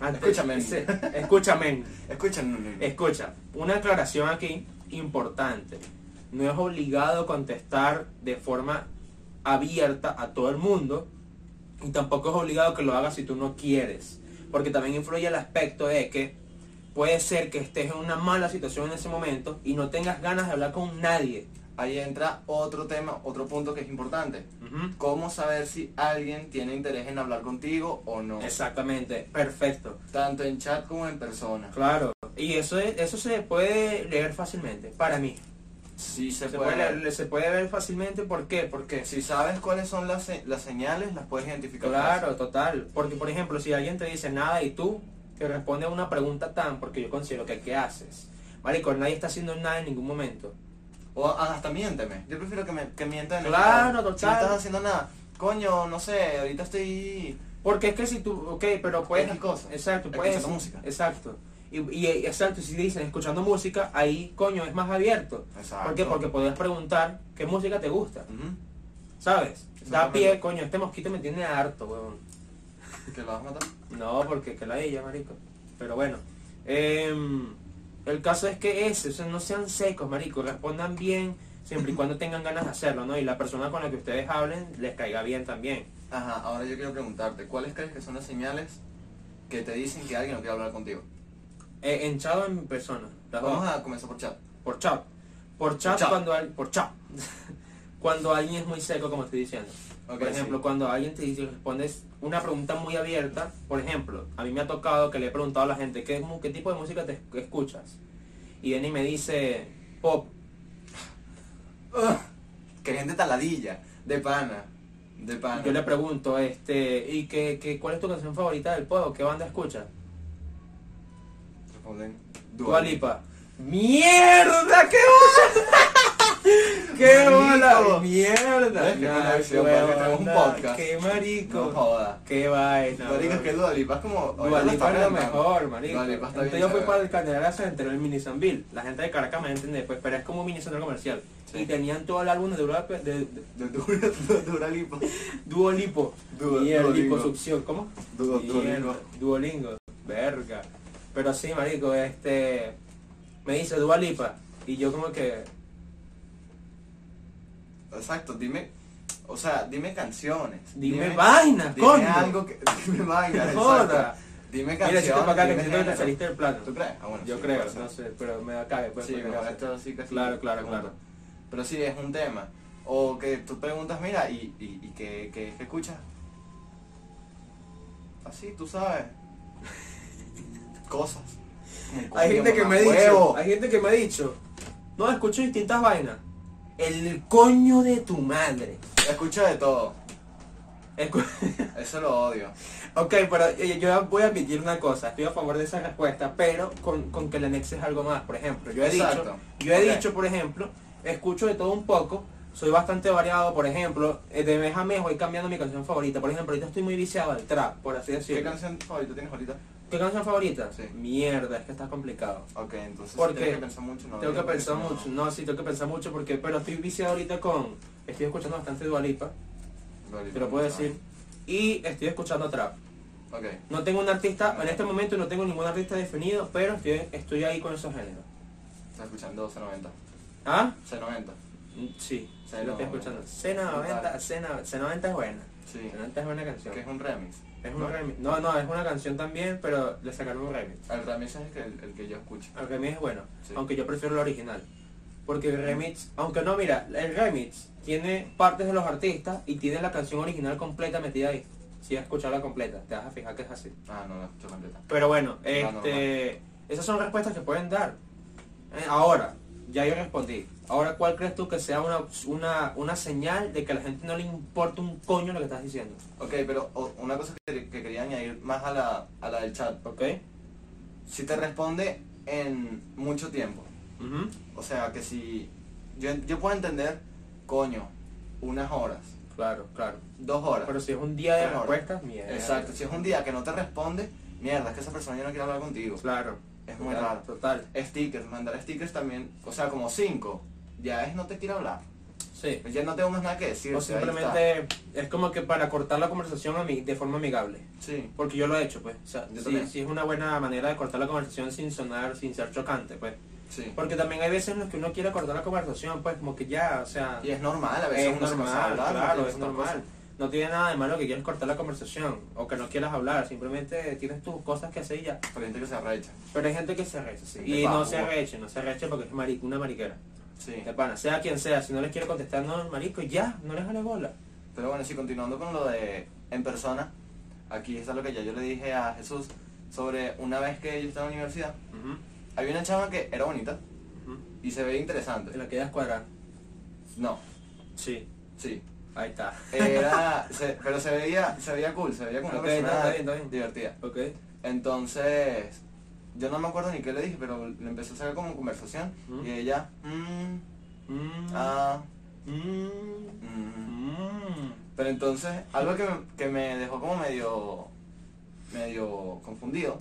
S1: Antes-
S2: Escúchame.
S1: sí, escúchame.
S2: Escuchen.
S1: Escucha, una aclaración aquí importante. No es obligado contestar de forma abierta a todo el mundo y tampoco es obligado que lo hagas si tú no quieres. Porque también influye el aspecto de que puede ser que estés en una mala situación en ese momento y no tengas ganas de hablar con nadie.
S2: Ahí entra otro tema, otro punto que es importante.
S1: Ujú.
S2: ¿Cómo saber si alguien tiene interés en hablar contigo o no?
S1: Exactamente, perfecto.
S2: Tanto en chat como en persona.
S1: Claro. Y eso, es- eso se puede leer fácilmente, para mí.
S2: Sí se,
S1: Se
S2: puede.
S1: puede, leer- se puede ver fácilmente, ¿por qué? Porque
S2: Si sabes cuáles son las, se- las señales, las puedes identificar.
S1: Claro, total. Porque, por ejemplo, si alguien te dice nada y tú te responde a una pregunta tan, porque yo considero que ¿qué haces? Marico, nadie está haciendo nada en ningún momento.
S2: fácil. O hasta miénteme. Yo prefiero que, me, que mientan. en el
S1: Claro,
S2: carro. Si no
S1: total.
S2: estás haciendo nada. Coño, no sé, ahorita estoy...
S1: Porque es que si tú, ok, pero puedes...
S2: Cualquier cosa.
S1: Exacto,
S2: Escuchando
S1: puedes...
S2: música.
S1: Exacto. Y, y exacto, si dicen escuchando música, ahí coño es más abierto.
S2: Exacto.
S1: ¿Por qué? Porque podías preguntar qué música te gusta,
S2: Ujú.
S1: ¿sabes? Da
S2: Exactamente.
S1: pie, coño, este mosquito me tiene harto, weón.
S2: ¿Que lo vas a matar?
S1: No, porque que la ella, marico. Pero bueno. em, el caso es que ese, o sea, no sean secos, marico. Respondan bien siempre y cuando tengan ganas de hacerlo, ¿no? Y la persona con la que ustedes hablen les caiga bien también.
S2: Ajá, ahora yo quiero preguntarte, ¿cuáles crees que son las señales que te dicen que alguien no quiere hablar contigo?
S1: Eh, en chat o en persona. Las dos.
S2: Vamos a comenzar por chat.
S1: Por chat. Por chat,
S2: chat.
S1: cuando al- por chat. cuando alguien es muy seco, como estoy diciendo.
S2: Ok,
S1: por ejemplo,
S2: sí.
S1: cuando alguien te dice, respondes una pregunta muy abierta, por ejemplo, a mí me ha tocado que le he preguntado a la gente, ¿qué, mu- qué tipo de música te esc- escuchas? Y Denny me dice, pop,
S2: Que gente taladilla, de pana, de pana.
S1: Yo le pregunto, este, ¿y qué, qué, cuál es tu canción favorita del pueblo? ¿Qué banda escuchas?
S2: Responden,
S1: Dua Lipa. ¡Mierda! ¡Qué bola! ¡Qué
S2: Marico.
S1: bola! ¡Mierda!
S2: No, es que no la
S1: Nah,
S2: visión,
S1: qué
S2: porque tenemos un
S1: onda,
S2: podcast.
S1: ¡Qué
S2: No
S1: marico!
S2: joda.
S1: ¡Qué vaina!
S2: Marico, es
S1: bro.
S2: que Dua Lipa es como...
S1: Dua Lipa es lo mejor, marico.
S2: Dua Lipa está bien
S1: Entonces yo fui
S2: chévere.
S1: para el Canadá se enteró el Mini Sanville. La gente de Caracas me entiende después, pero es como un mini centro comercial.
S2: Sí.
S1: Y tenían todo el álbum de Dua, de, de,
S2: De Dua, Dua Lipa.
S1: Dua Lipo.
S2: Dua-
S1: Mierda,
S2: Duolingo.
S1: liposucción, ¿cómo?
S2: Dua-
S1: Mierda,
S2: Duolingo.
S1: Duolingo, verga. Pero sí, marico, este... Me dice Dualipa. Y yo como que...
S2: Exacto, dime... O sea, dime canciones.
S1: Dime vainas,
S2: dime
S1: coño.
S2: algo que... Dime vainas, exacto.
S1: Joda.
S2: Dime
S1: Mira,
S2: canciones,
S1: si para acá que
S2: dime
S1: siento que te
S2: género.
S1: saliste del plano.
S2: ¿Tú crees? Ah, bueno,
S1: Yo
S2: sí,
S1: creo,
S2: puede ser.
S1: no sé, pero me acabe. Pues,
S2: Sí,
S1: porque
S2: mejor
S1: hace-
S2: esto así casi.
S1: Claro, claro,
S2: segundo.
S1: claro.
S2: Pero sí, es un tema. O que tú preguntas, mira, y, y, y que, que, que escuchas. Así, tú sabes. Cosas. Como
S1: Hay gente que
S2: coño,
S1: me ha
S2: mamahuevo.
S1: dicho, hay gente que me ha dicho, no, escucho distintas vainas. El coño de tu madre.
S2: Escucho de todo.
S1: Escu-
S2: Eso lo odio.
S1: ok, pero yo- yo voy a admitir una cosa, estoy a favor de esa respuesta, pero con, con que le anexes algo más, por ejemplo. Yo he
S2: Exacto.
S1: dicho, yo he
S2: Ok.
S1: dicho, por ejemplo, escucho de todo un poco, soy bastante variado, por ejemplo, eh, de mes a mes voy cambiando mi canción favorita. Por ejemplo, ahorita estoy muy viciado al trap, por así
S2: ¿Qué
S1: decirlo.
S2: canción favorita tienes ahorita?
S1: ¿Qué canción favorita?
S2: Sí.
S1: Mierda, es que está complicado.
S2: Ok, entonces
S1: ¿Por
S2: tienes
S1: qué?
S2: que pensar mucho. No,
S1: Tengo que
S2: tienes
S1: pensar mucho, no, sí, tengo que pensar mucho porque, pero estoy viciado ahorita con, estoy escuchando bastante Dualipa,
S2: Vale,
S1: te lo puedo
S2: vamos a
S1: decir, y estoy escuchando trap.
S2: ver.
S1: No tengo un artista, en este momento no tengo ningún artista definido, pero estoy, estoy ahí con esos géneros.
S2: Ok, estás escuchando C90.
S1: ¿Ah?
S2: C90.
S1: Mm, Sí, sí
S2: Cena
S1: lo estoy escuchando.
S2: 90.
S1: C90, Cena- C90 es buena,
S2: Sí.
S1: C90 es buena canción.
S2: Que es un remix.
S1: Es un remix. No, no, es una canción también, pero le sacaron un remix.
S2: El remix es el que, el que yo escucho.
S1: El remix es bueno,
S2: Sí. Mm.
S1: aunque yo prefiero el original. Porque el remix, aunque no, mira, el remix tiene partes de los artistas y tiene la canción original completa metida ahí. Si has escuchado la completa, te vas a fijar que es así.
S2: Ah, no, la escucho completa.
S1: Pero bueno,
S2: Ah,
S1: este, esas son respuestas que pueden dar. Eh, Ahora, ya yo respondí. Ahora, ¿cuál crees tú que sea una, una, una señal de que a la gente no le importa un coño lo que estás diciendo?
S2: Ok, pero o- una cosa que, que quería añadir más a la, a la del chat.
S1: ¿Ok?
S2: Si te responde en mucho tiempo.
S1: Ujú.
S2: O sea, que si... Yo, yo puedo entender, coño, unas horas,
S1: Claro, claro.
S2: dos horas.
S1: Pero si es un día de
S2: Ahora.
S1: respuestas, mierda.
S2: Exacto, si es un día que no te responde, mierda, es que esa persona ya no quiere hablar contigo.
S1: Claro.
S2: Es muy
S1: Total,
S2: raro.
S1: Total.
S2: Stickers, mandar stickers también, o sea, como cinco, ya es no te quiero hablar.
S1: Sí.
S2: Ya no tengo más nada que decir.
S1: O simplemente es como que para cortar la conversación ami- de forma amigable.
S2: Sí,
S1: Porque yo lo he hecho, pues. O sea,
S2: Yo
S1: sí,
S2: también.
S1: sí es una buena manera de cortar la conversación sin sonar, sin ser chocante, pues.
S2: sí.
S1: Porque también hay veces en las que uno quiere cortar la conversación, pues como que ya, o sea,
S2: Y es normal, a veces
S1: es
S2: uno se pasa a
S1: normal,
S2: hablar, no
S1: claro,
S2: quiere
S1: es
S2: otra
S1: normal. No tiene nada de malo que quieras cortar la conversación o que no quieras hablar, simplemente tienes tus cosas que hacer y ya.
S2: cosa. Pero hay gente que se arrecha.
S1: Pero hay gente que se arrecha, sí.
S2: De
S1: Y no
S2: pavo.
S1: se arreche, no se arreche porque es mari- una mariquera.
S2: Sí.
S1: De pana, sea quien sea, si no les quiere contestar, no, marico, ya, no les jale bola.
S2: Pero bueno, sí, continuando con lo de en persona, aquí está lo que ya yo le dije a Jesús sobre una vez que yo estaba en la universidad,
S1: Ujú,
S2: había una chava que era bonita
S1: ujú.
S2: y se veía
S1: Te
S2: interesante.
S1: la quedas cuadrada.
S2: No,
S1: Sí,
S2: sí.
S1: ahí está.
S2: Era, se- pero se veía, se veía cool, se veía como una
S1: Ok, está,
S2: persona
S1: está bien, está bien.
S2: divertida.
S1: Ok.
S2: Entonces, yo no me acuerdo ni qué le dije, pero le empecé a sacar como conversación
S1: Ujú.
S2: y ella, mm,
S1: Mm,
S2: Ah,
S1: mm,
S2: mm.
S1: mm.
S2: Pero entonces, algo que me, que me dejó como medio, medio confundido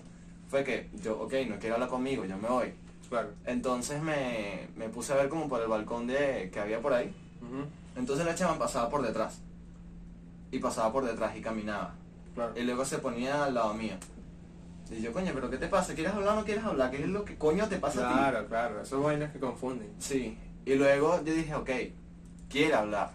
S2: fue que yo, ok, no quiere hablar conmigo, yo me voy.
S1: Claro.
S2: Entonces me, me puse a ver como por el balcón de, que había por ahí.
S1: Ujú,
S2: Entonces la chama pasaba por detrás. Y pasaba por detrás y caminaba.
S1: Claro.
S2: Y luego se ponía al lado mío. Y yo, coño, pero ¿qué te pasa? ¿Quieres hablar o no quieres hablar? ¿Qué es lo que coño te pasa a ti?
S1: Claro, claro. Esas vainas que confunden.
S2: Sí. Y luego yo dije, ok, quiere hablar.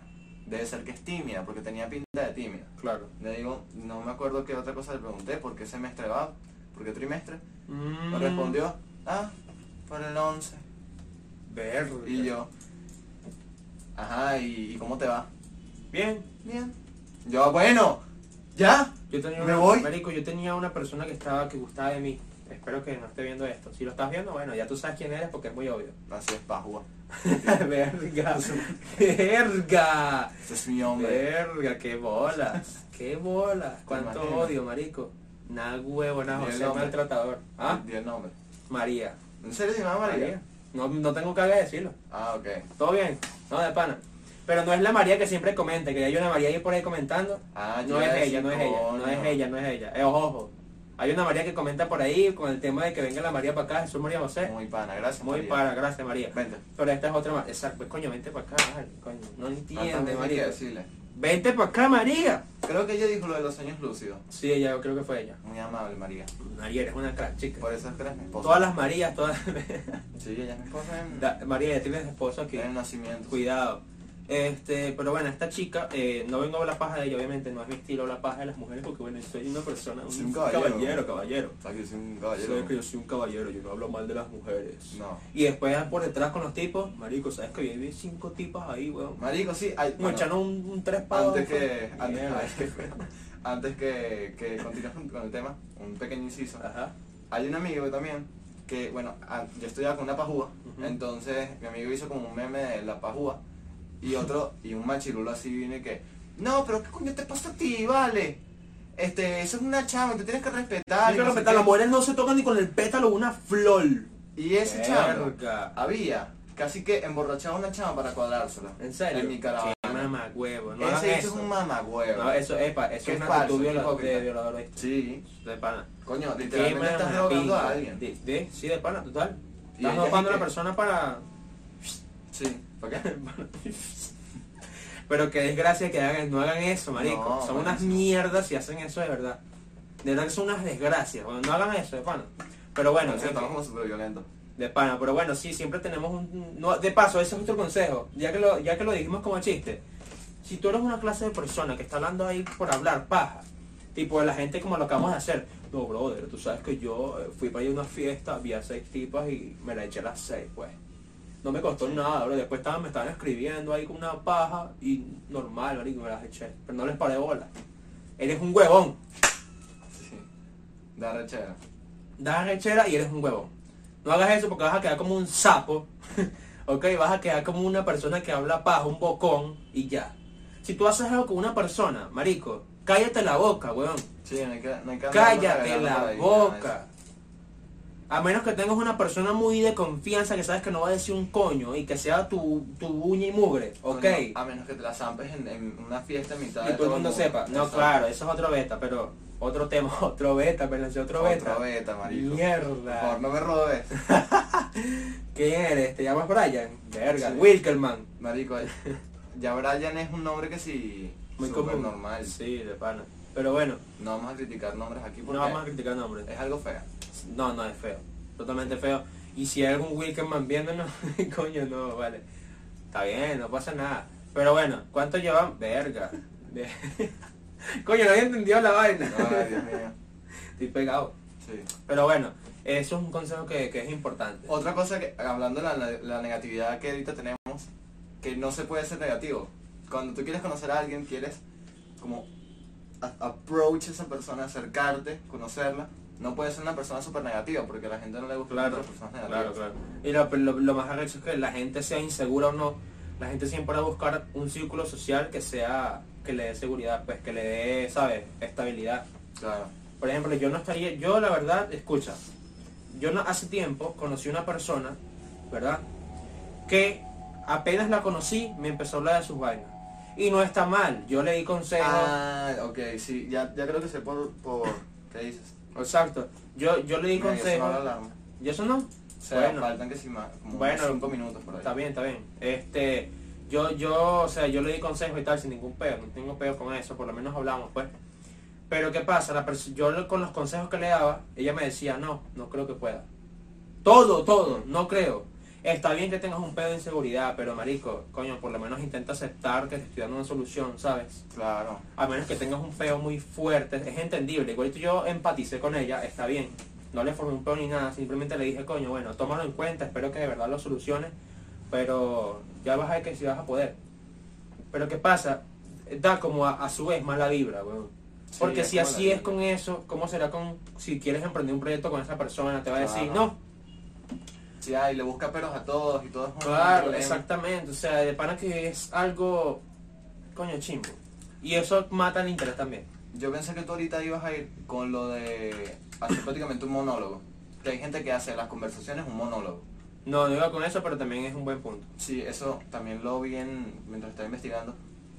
S2: Debe ser que es tímida, porque tenía pinta de tímida.
S1: Claro.
S2: Le digo, no me acuerdo qué otra cosa le pregunté, por qué semestre va, por qué trimestre.
S1: Mm.
S2: Me respondió, ah, por el 11.
S1: Mm. Verga.
S2: Y yo, ajá, ¿y, y cómo te va?
S1: Bien.
S2: Bien. Yo, bueno, ya.
S1: Yo tenía
S2: ¿Me
S1: una,
S2: voy?
S1: Marico, yo tenía una persona que estaba que gustaba de mí. Espero que no esté viendo esto. Si lo estás viendo, bueno, ya tú sabes quién eres porque es muy obvio.
S2: Así es, Pajua.
S1: Verga. Verga.
S2: Este es mi hombre.
S1: Verga, qué bolas. Qué bolas. Cuánto
S2: Imagino.
S1: odio, marico. Nada huevo, nada
S2: Di el
S1: José
S2: nombre.
S1: maltratador. ¿Ah?
S2: Di el nombre.
S1: María.
S2: ¿En serio se llama Ah, María?
S1: No, no tengo carga de decirlo.
S2: Ah, ok.
S1: Todo bien. No, de pana. Pero no es la María que siempre comenta, que hay una María ahí por ahí comentando.
S2: Ah, yo
S1: No
S2: iba a
S1: es
S2: decir,
S1: ella, no es ella, no es
S2: coño.
S1: ella, no es ella. Eh, ojo, ojo. Hay una María que comenta por ahí con el tema de que venga la María para acá, Jesús María José.
S2: Muy pana, gracias.
S1: Muy
S2: María.
S1: para, gracias María.
S2: Vente.
S1: Pero esta es otra María. Exacto, pues coño, vente para acá, ay, coño. No
S2: Ah,
S1: entiende,
S2: también hay que
S1: María.
S2: decirle.
S1: Vente para acá, María.
S2: Creo que ella dijo lo de los sueños lúcidos.
S1: Sí, ella, yo creo que fue ella.
S2: Muy amable, María.
S1: María, eres una crack, chica.
S2: Por eso es que eres mi esposa.
S1: Todas las Marías, todas.
S2: Sí, ella es mi esposa en,
S1: Da- María, ya tienes esposo aquí.
S2: en el nacimiento.
S1: Cuidado. Este, pero bueno, esta chica, eh, no vengo a la paja de ella, obviamente no es mi estilo la paja de las mujeres, porque bueno, soy una persona, un,
S2: Sí, un caballero.
S1: caballero, caballero.
S2: O sea, que es un
S1: Sabes
S2: caballero.
S1: que yo soy un caballero, yo no hablo mal de las mujeres.
S2: No.
S1: Y después por detrás con los tipos, marico, sabes que viven cinco tipas ahí, weón.
S2: Marico, sí. Hay,
S1: Me
S2: bueno,
S1: echaron un, un tres pa'
S2: antes
S1: abajo.
S2: que, antes,
S1: Mierda.
S2: antes que, antes que, que continuemos con el tema, un pequeño inciso.
S1: Ajá.
S2: Hay un amigo también que, bueno, ah, yo estudiaba con una pajúa,
S1: Ujú.
S2: entonces mi amigo hizo como un meme de la pajúa y otro, y un machirulo así viene que, no, pero ¿qué coño te pasa a ti, vale? Este, eso es una chama, te tienes que respetar.
S1: Hay
S2: y
S1: que
S2: Ah, no sé
S1: respetar,
S2: qué".
S1: las mujeres no se tocan ni con el pétalo de una flor.
S2: Y ese chamo
S1: Verga.
S2: había casi que emborrachado a una chama para cuadrársela.
S1: ¿En serio?
S2: En mi caravana.
S1: Qué mamá, huevo. No
S2: Ese
S1: hagas
S2: hizo
S1: eso.
S2: es un mamagüevo.
S1: No, eso, epa, eso
S2: Qué
S1: es una
S2: falso,
S1: actitud
S2: qué
S1: viola- de
S2: hipócrita.
S1: violador, ¿viste?
S2: Sí,
S1: de pana.
S2: coño,
S1: Qué
S2: literalmente estás drogando
S1: mamapinga.
S2: a alguien.
S1: De, de, sí, de pana, total.
S2: Y
S1: Estás
S2: ella
S1: drogando a la
S2: sí que-
S1: persona para...
S2: Sí, ¿por qué?
S1: Pero qué desgracia que hagan, no hagan eso, marico.
S2: No,
S1: son
S2: marico.
S1: unas mierdas si hacen eso de verdad. De verdad que son unas desgracias. bueno, no hagan eso, de pana. Pero bueno,
S2: Entonces,
S1: en fin,
S2: estamos como súper violentos.
S1: de pana. Pero bueno, sí, siempre tenemos un... no, de paso, ese es otro consejo. Ya que, lo, ya que lo dijimos como chiste. Si tú eres una clase de persona que está hablando ahí por hablar paja, tipo de la gente como lo acabamos de hacer. No, brother, tú sabes que yo eh, fui para ir a una fiesta, vi a seis tipas y me la eché a las seis, pues. No me costó nada, bro. Después estaban, me estaban escribiendo ahí con una paja y normal, marico, me las eché. Pero no les paré bola. Eres un huevón.
S2: Sí. Da rechera.
S1: Das rechera y eres un huevón. No hagas eso porque vas a quedar como un sapo. ok, vas a quedar como una persona que habla paja, un bocón y ya. Si tú haces algo con una persona, marico, cállate la boca, huevón.
S2: Sí, no hay que, no hay que andar
S1: Cállate
S2: navegando por
S1: la
S2: ahí,
S1: boca. A menos que tengas una persona muy de confianza que sabes que no va a decir un coño y que sea tu, tu uña y mugre,
S2: nada
S1: ok.
S2: de eso. Coño, a menos que te la zampes en, en una fiesta en mitad
S1: y
S2: de
S1: ah, todo el mundo sepa. No,
S2: Exacto.
S1: claro, eso es otro beta, pero otro tema, otro beta, pero ese otro beta.
S2: Otro beta, marico. Por favor,
S1: Mierda.
S2: no me robes.
S1: ¿Quién eres? ¿Te llamas Brian? Verga.
S2: Sí.
S1: Wilkerman.
S2: Marico, eh, ya Brian es un nombre que sí...
S1: Muy
S2: súper
S1: común.
S2: normal.
S1: Sí, de pana. Pero bueno,
S2: No vamos a criticar nombres aquí
S1: no
S2: porque
S1: vamos a criticar nombres.
S2: es algo feo.
S1: No, no, es feo. Totalmente feo. Y si hay algún Wilkerman viéndonos, coño, no, vale. Está bien, no pasa nada. Pero bueno, ¿cuánto llevan? Verga. Ve- coño, no había entendido la vaina.
S2: Ay, Dios mío.
S1: Estoy pegado.
S2: Sí.
S1: Pero bueno, eso es un consejo que, que es importante.
S2: Otra cosa que, hablando de la, la negatividad que ahorita tenemos, que no se puede ser negativo. Cuando tú quieres conocer a alguien, quieres como a- approach a esa persona, acercarte, conocerla. No puede ser una persona súper negativa, porque a la gente no le gusta
S1: Claro,
S2: las personas negativas.
S1: Claro, claro. Y lo, lo- lo más arrecho es que la gente sea insegura o no, la gente siempre va a buscar un círculo social que sea, que le dé seguridad, pues que le dé, ¿sabes? Estabilidad.
S2: Claro.
S1: Por ejemplo, yo no estaría, yo la verdad, escucha, yo no, hace tiempo conocí una persona, ¿verdad? Que apenas la conocí, me empezó a hablar de sus vainas. Y no está mal, yo leí consejos.
S2: Ah, ok, sí, ya, ya creo que sé por, por... ¿Qué dices?
S1: Exacto. Yo, yo leí
S2: Mira, ya sonó
S1: consejos.
S2: la alarma.
S1: ¿Y eso no?
S2: O sea,
S1: Bueno.
S2: faltan que si más, como
S1: Bueno,
S2: 5 minutos por ahí.
S1: Está bien, está bien. Este, yo, yo, o sea, yo le di consejos y tal sin ningún pedo, no tengo pedo con eso, por lo menos hablamos, pues. Pero ¿qué pasa? La pers- yo lo- con los consejos que le daba, ella me decía, no, no creo que pueda. Todo, todo, no creo. Está bien que tengas un pedo de inseguridad, pero marico, coño, por lo menos intenta aceptar que te estoy dando una solución, ¿sabes?
S2: Claro.
S1: A menos que tengas un pedo muy fuerte, es entendible. Igual yo empaticé con ella, está bien. No le formé un pedo ni nada, simplemente le dije, coño, bueno, tómalo en cuenta, espero que de verdad lo soluciones, pero ya vas a ver que si vas a poder. Pero ¿qué pasa? Da como a, a su vez mala vibra, weón.
S2: Sí,
S1: Porque
S2: es
S1: si
S2: como la
S1: así es
S2: vida.
S1: con eso, ¿cómo será con si quieres emprender un proyecto con esa persona? Te va a decir,
S2: Claro.
S1: no,
S2: Sí, ah, y le busca peros a todos y todos es un
S1: Claro,
S2: problema.
S1: exactamente. O sea, de pana que es algo coño chimbo. Y eso mata el interés también.
S2: Yo pensé que tú ahorita ibas a ir con lo de hacer prácticamente un monólogo. Que hay gente que hace de las conversaciones un monólogo.
S1: No, no iba con eso, pero también es un buen punto.
S2: Sí, eso también lo vi en, mientras estaba investigando,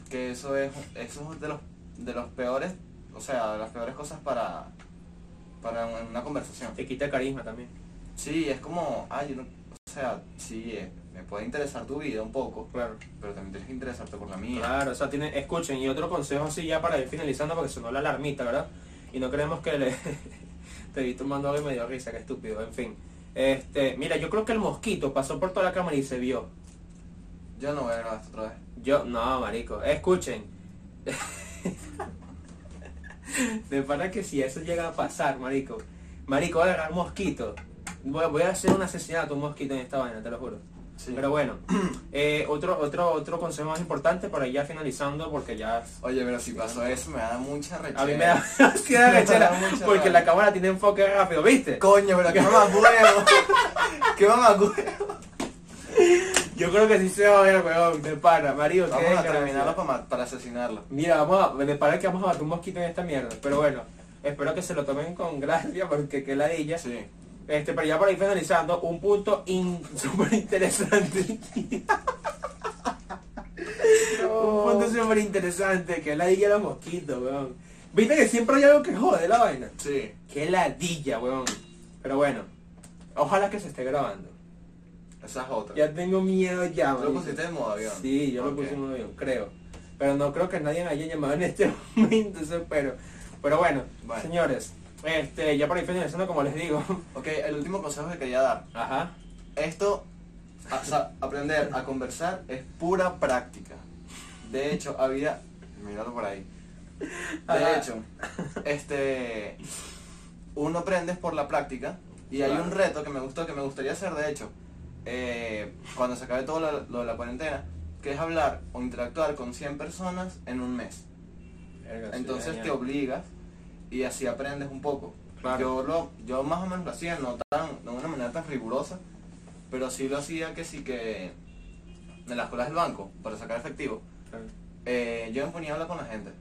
S2: que eso es, eso es de los de los peores, o sea, de las peores cosas para, para un- una conversación.
S1: Te quita carisma también.
S2: Sí, es como, ay, yo no- o sea, sí, eh, me puede interesar tu vida un poco,
S1: Claro.
S2: pero también tienes que interesarte por la mía.
S1: Claro, o sea, tiene, escuchen, y otro consejo así ya para ir finalizando porque sonó la alarmita, ¿verdad? Y no queremos que le... Te vi tomando algo y me dio risa, qué estúpido, en fin. Este, mira, yo creo que el mosquito pasó por toda la cámara y se vio.
S2: Yo no voy a grabar esto otra vez.
S1: Yo, no, marico, escuchen. De para que si eso llega a pasar, marico. Marico, voy a agarrar mosquito. Voy, voy a hacer un asesinato, a un mosquito en esta vaina, te lo juro.
S2: Sí.
S1: Pero bueno, eh, otro, otro, otro consejo más importante para ir ya finalizando, porque ya...
S2: Oye, pero si pasó eso me da mucha rechera.
S1: A mí me da ansiedad
S2: Me da
S1: rechera,
S2: mucha
S1: porque la
S2: rabia.
S1: cámara tiene enfoque rápido, ¿viste?
S2: Coño, pero qué mamá huevo. qué mamá
S1: Yo creo que sí se va a ver, weón, de pana, marico. qué
S2: Vamos a
S1: desgracia.
S2: terminarlo para, ma- para asesinarla.
S1: Mira, vamos a, me parece que vamos a matar un mosquito en esta mierda. Pero bueno, espero que se lo tomen con gracia porque qué ladilla.
S2: Sí.
S1: Este, pero ya para ir finalizando, un punto in- súper interesante. un punto súper interesante, que ladilla los mosquitos, weón. Viste que siempre hay algo que jode la vaina.
S2: Sí.
S1: Qué ladilla, weón. Pero bueno, ojalá que se esté grabando.
S2: Esa es otra.
S1: Ya tengo miedo ya,
S2: ¿Tú lo
S1: marico.
S2: pusiste en modo avión?
S1: Sí, yo
S2: Ok.
S1: lo puse en un avión, creo. Pero no creo que nadie me haya llamado en este momento, eso espero. Pero bueno,
S2: Bueno.
S1: señores, este, ya para ir finalizando, como les digo,
S2: Ok, el último consejo que quería dar.
S1: ajá,
S2: Esto, a- o sea, aprender a conversar es pura práctica. De hecho, había... Míralo por ahí. De
S1: Ajá.
S2: hecho, este... Uno aprende por la práctica y hay
S1: Claro.
S2: un reto que me gustó, que me gustaría hacer, de hecho, eh, cuando se acabe todo lo, lo de la cuarentena, que es hablar o interactuar con 100 personas en un mes. Entonces te obligas y así aprendes un poco.
S1: Claro.
S2: Yo, lo, yo más o menos lo hacía, no tan, no de una manera tan rigurosa, pero sí lo hacía que sí que en las colas del banco, para sacar efectivo, eh, yo me ponía a hablar con la gente.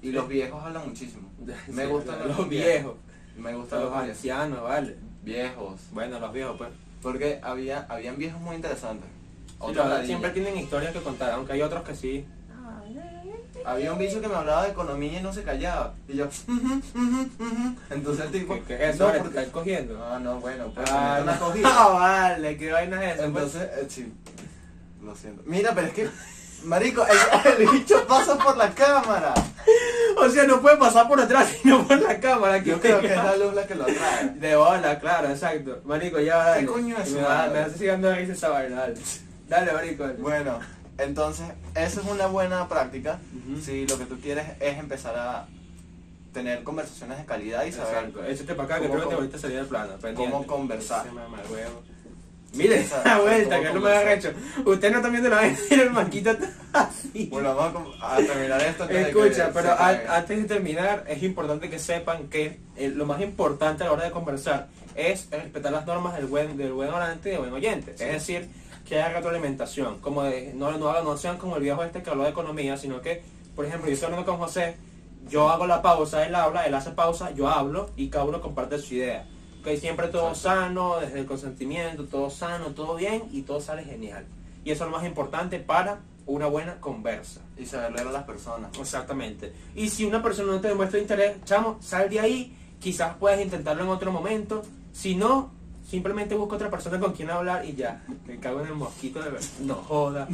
S2: Y los viejos hablan muchísimo. Me gustan
S1: los, viejos,
S2: los viejos. Me gustan
S1: los
S2: los viejos.
S1: ancianos, vale.
S2: Viejos.
S1: Bueno, los viejos pues.
S2: Porque había, habían viejos muy interesantes.
S1: Y
S2: Otra
S1: los-
S2: ladilla.
S1: siempre tienen historias que contar, aunque hay otros que sí.
S2: Había un bicho que me hablaba de economía y no se callaba. Y yo, entonces el tipo,
S1: Que, que eso
S2: no,
S1: ahora te
S2: porque-
S1: están cogiendo.
S2: Ah, no, bueno, pues
S1: Ah,
S2: me meto una
S1: no. pues,
S2: cogida.
S1: vale, qué vaina es eso.
S2: Entonces, eh, sí. Lo siento. Mira, pero es que. Marico, el, el bicho pasa por la cámara.
S1: O sea, no puede pasar por atrás, sino por la cámara.
S2: Yo creo que es la luz la que lo atrae.
S1: De bola, claro, exacto. Marico, ya dale.
S2: ¿Qué coño es
S1: Me
S2: eso,
S1: da-
S2: madre?
S1: me hace siguiendo ahí esa vaina, dale. Dale, marico. dale.
S2: Bueno, entonces, eso es una buena práctica.
S1: Ujú.
S2: Si lo que tú quieres es empezar a tener conversaciones de calidad y saber.
S1: Exacto. Échate para acá que
S2: ¿Cómo
S1: creo que
S2: con-
S1: ahorita salí del plano. pendiente.
S2: cómo conversar?
S1: Ese mamahuevo.
S2: Sí,
S1: Mire
S2: esa-
S1: esa vuelta,
S2: cómo
S1: que no me haga hecho.
S2: conversar.
S1: Usted no está viendo la vaina el manquito está así.
S2: Bueno, vamos a, a terminar esto. antes de que
S1: Escucha,
S2: se
S1: pero
S2: caiga.
S1: an- antes de terminar, es importante que sepan que eh, lo más importante a la hora de conversar es respetar las normas del buen, del buen orante y del buen oyente.
S2: Sí.
S1: Es decir, que haya retroalimentación. Como de- no, no, hagan- no sean como el viejo este que habló de economía, sino que, por ejemplo, yo estoy hablando con José, yo hago la pausa, él habla, él hace pausa, yo hablo y cada uno comparte su idea. Que siempre todo
S2: Exacto.
S1: sano, desde el consentimiento, todo sano, todo bien y todo sale genial. Y eso es lo más importante para una buena conversa.
S2: Y saber leer a las personas.
S1: Exactamente. Y si una persona no te demuestra interés, chamo, sal de ahí, quizás puedes intentarlo en otro momento. Si no, simplemente busca otra persona con quien hablar y ya. Me cago en el mosquito de verdad. No joda.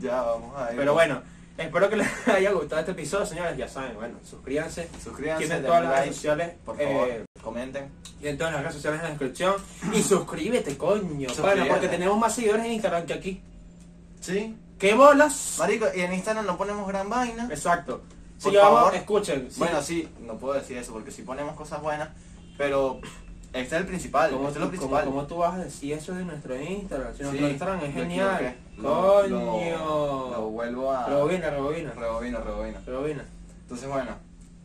S2: Ya, vamos a ir.
S1: Pero bueno, espero que les haya gustado este episodio, señores. Ya saben, bueno, suscríbanse.
S2: Suscríbanse,
S1: Tienen
S2: denle
S1: todas las
S2: like,
S1: redes sociales,
S2: por
S1: eh,
S2: favor, comenten.
S1: Tienen todas las redes sociales en la descripción. Y suscríbete, coño. Bueno,
S2: Suscríbete.
S1: porque tenemos más seguidores en Instagram que aquí.
S2: Sí.
S1: ¡Qué bolas!
S2: Marico, y en Instagram no ponemos gran vaina.
S1: Exacto. Si
S2: Por
S1: llevamos,
S2: favor.
S1: escuchen. sí.
S2: Bueno, sí, no puedo decir eso porque sí ponemos cosas buenas, pero este es el principal,
S1: ¿Cómo,
S2: este es lo
S1: tú-
S2: principal.
S1: cómo- cómo tú vas a decir eso de nuestro Instagram? Si nuestro
S2: Sí,
S1: Instagram es
S2: me
S1: genial.
S2: equivoqué. Lo- lo- Lo
S1: ¡Coño!
S2: vuelvo a...
S1: Rebobina, rebobina.
S2: Rebobina, rebobina.
S1: Rebobina.
S2: Entonces, bueno,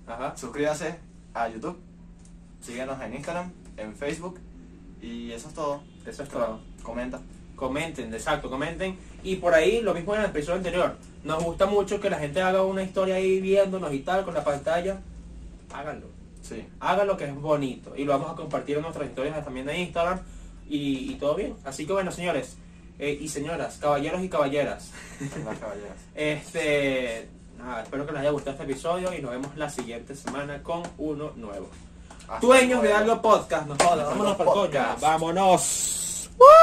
S1: Ajá.
S2: suscríbase a YouTube, síguenos en Instagram, en Facebook, y eso es todo.
S1: Eso es todo.
S2: Comenta.
S1: Comenten, exacto, comenten. Y por ahí, lo mismo en el episodio anterior. Nos gusta mucho que la gente haga una historia ahí viéndonos y tal, con la pantalla. Háganlo.
S2: Sí.
S1: Háganlo que es bonito. Y lo vamos a compartir en nuestras historias también de Instagram. Y, y todo bien. Así que bueno, señores eh, y señoras, caballeros y caballeras.
S2: Las caballeras.
S1: Este, nada, espero que les haya gustado este episodio y nos vemos la siguiente semana con uno nuevo.
S2: Hasta
S1: Dueños de
S2: luego.
S1: algo podcast, nos jodas.
S2: Hasta
S1: Vámonos
S2: luego,
S1: para el coño.
S2: podcast.
S1: Vámonos.